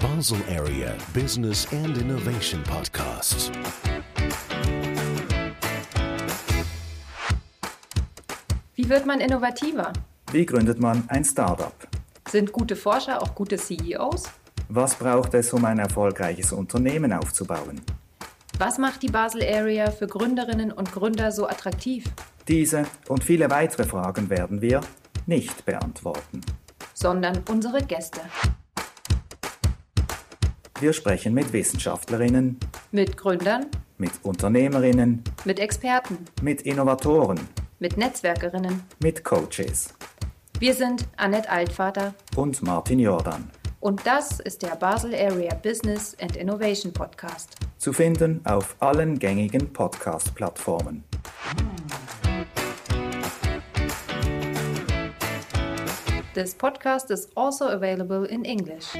Basel Area Business and Innovation Podcasts. Wie wird man innovativer? Wie gründet man ein Startup? Sind gute Forscher auch gute E CEOs? Was braucht es, um ein erfolgreiches Unternehmen aufzubauen? Was macht die Basel Area für Gründerinnen und Gründer so attraktiv? Diese und viele weitere Fragen werden wir nicht beantworten. Sondern unsere Gäste. Wir sprechen mit Wissenschaftlerinnen, Mit Gründern, mit Unternehmerinnen, mit Experten, mit Innovatoren, mit Netzwerkerinnen. mit Coaches Wir sind Annette Altvater und Martin Jordan. und das ist der Basel Area Business and Innovation Podcast. Zu finden auf allen gängigen Podcast-Plattformen. This podcast is also available in English.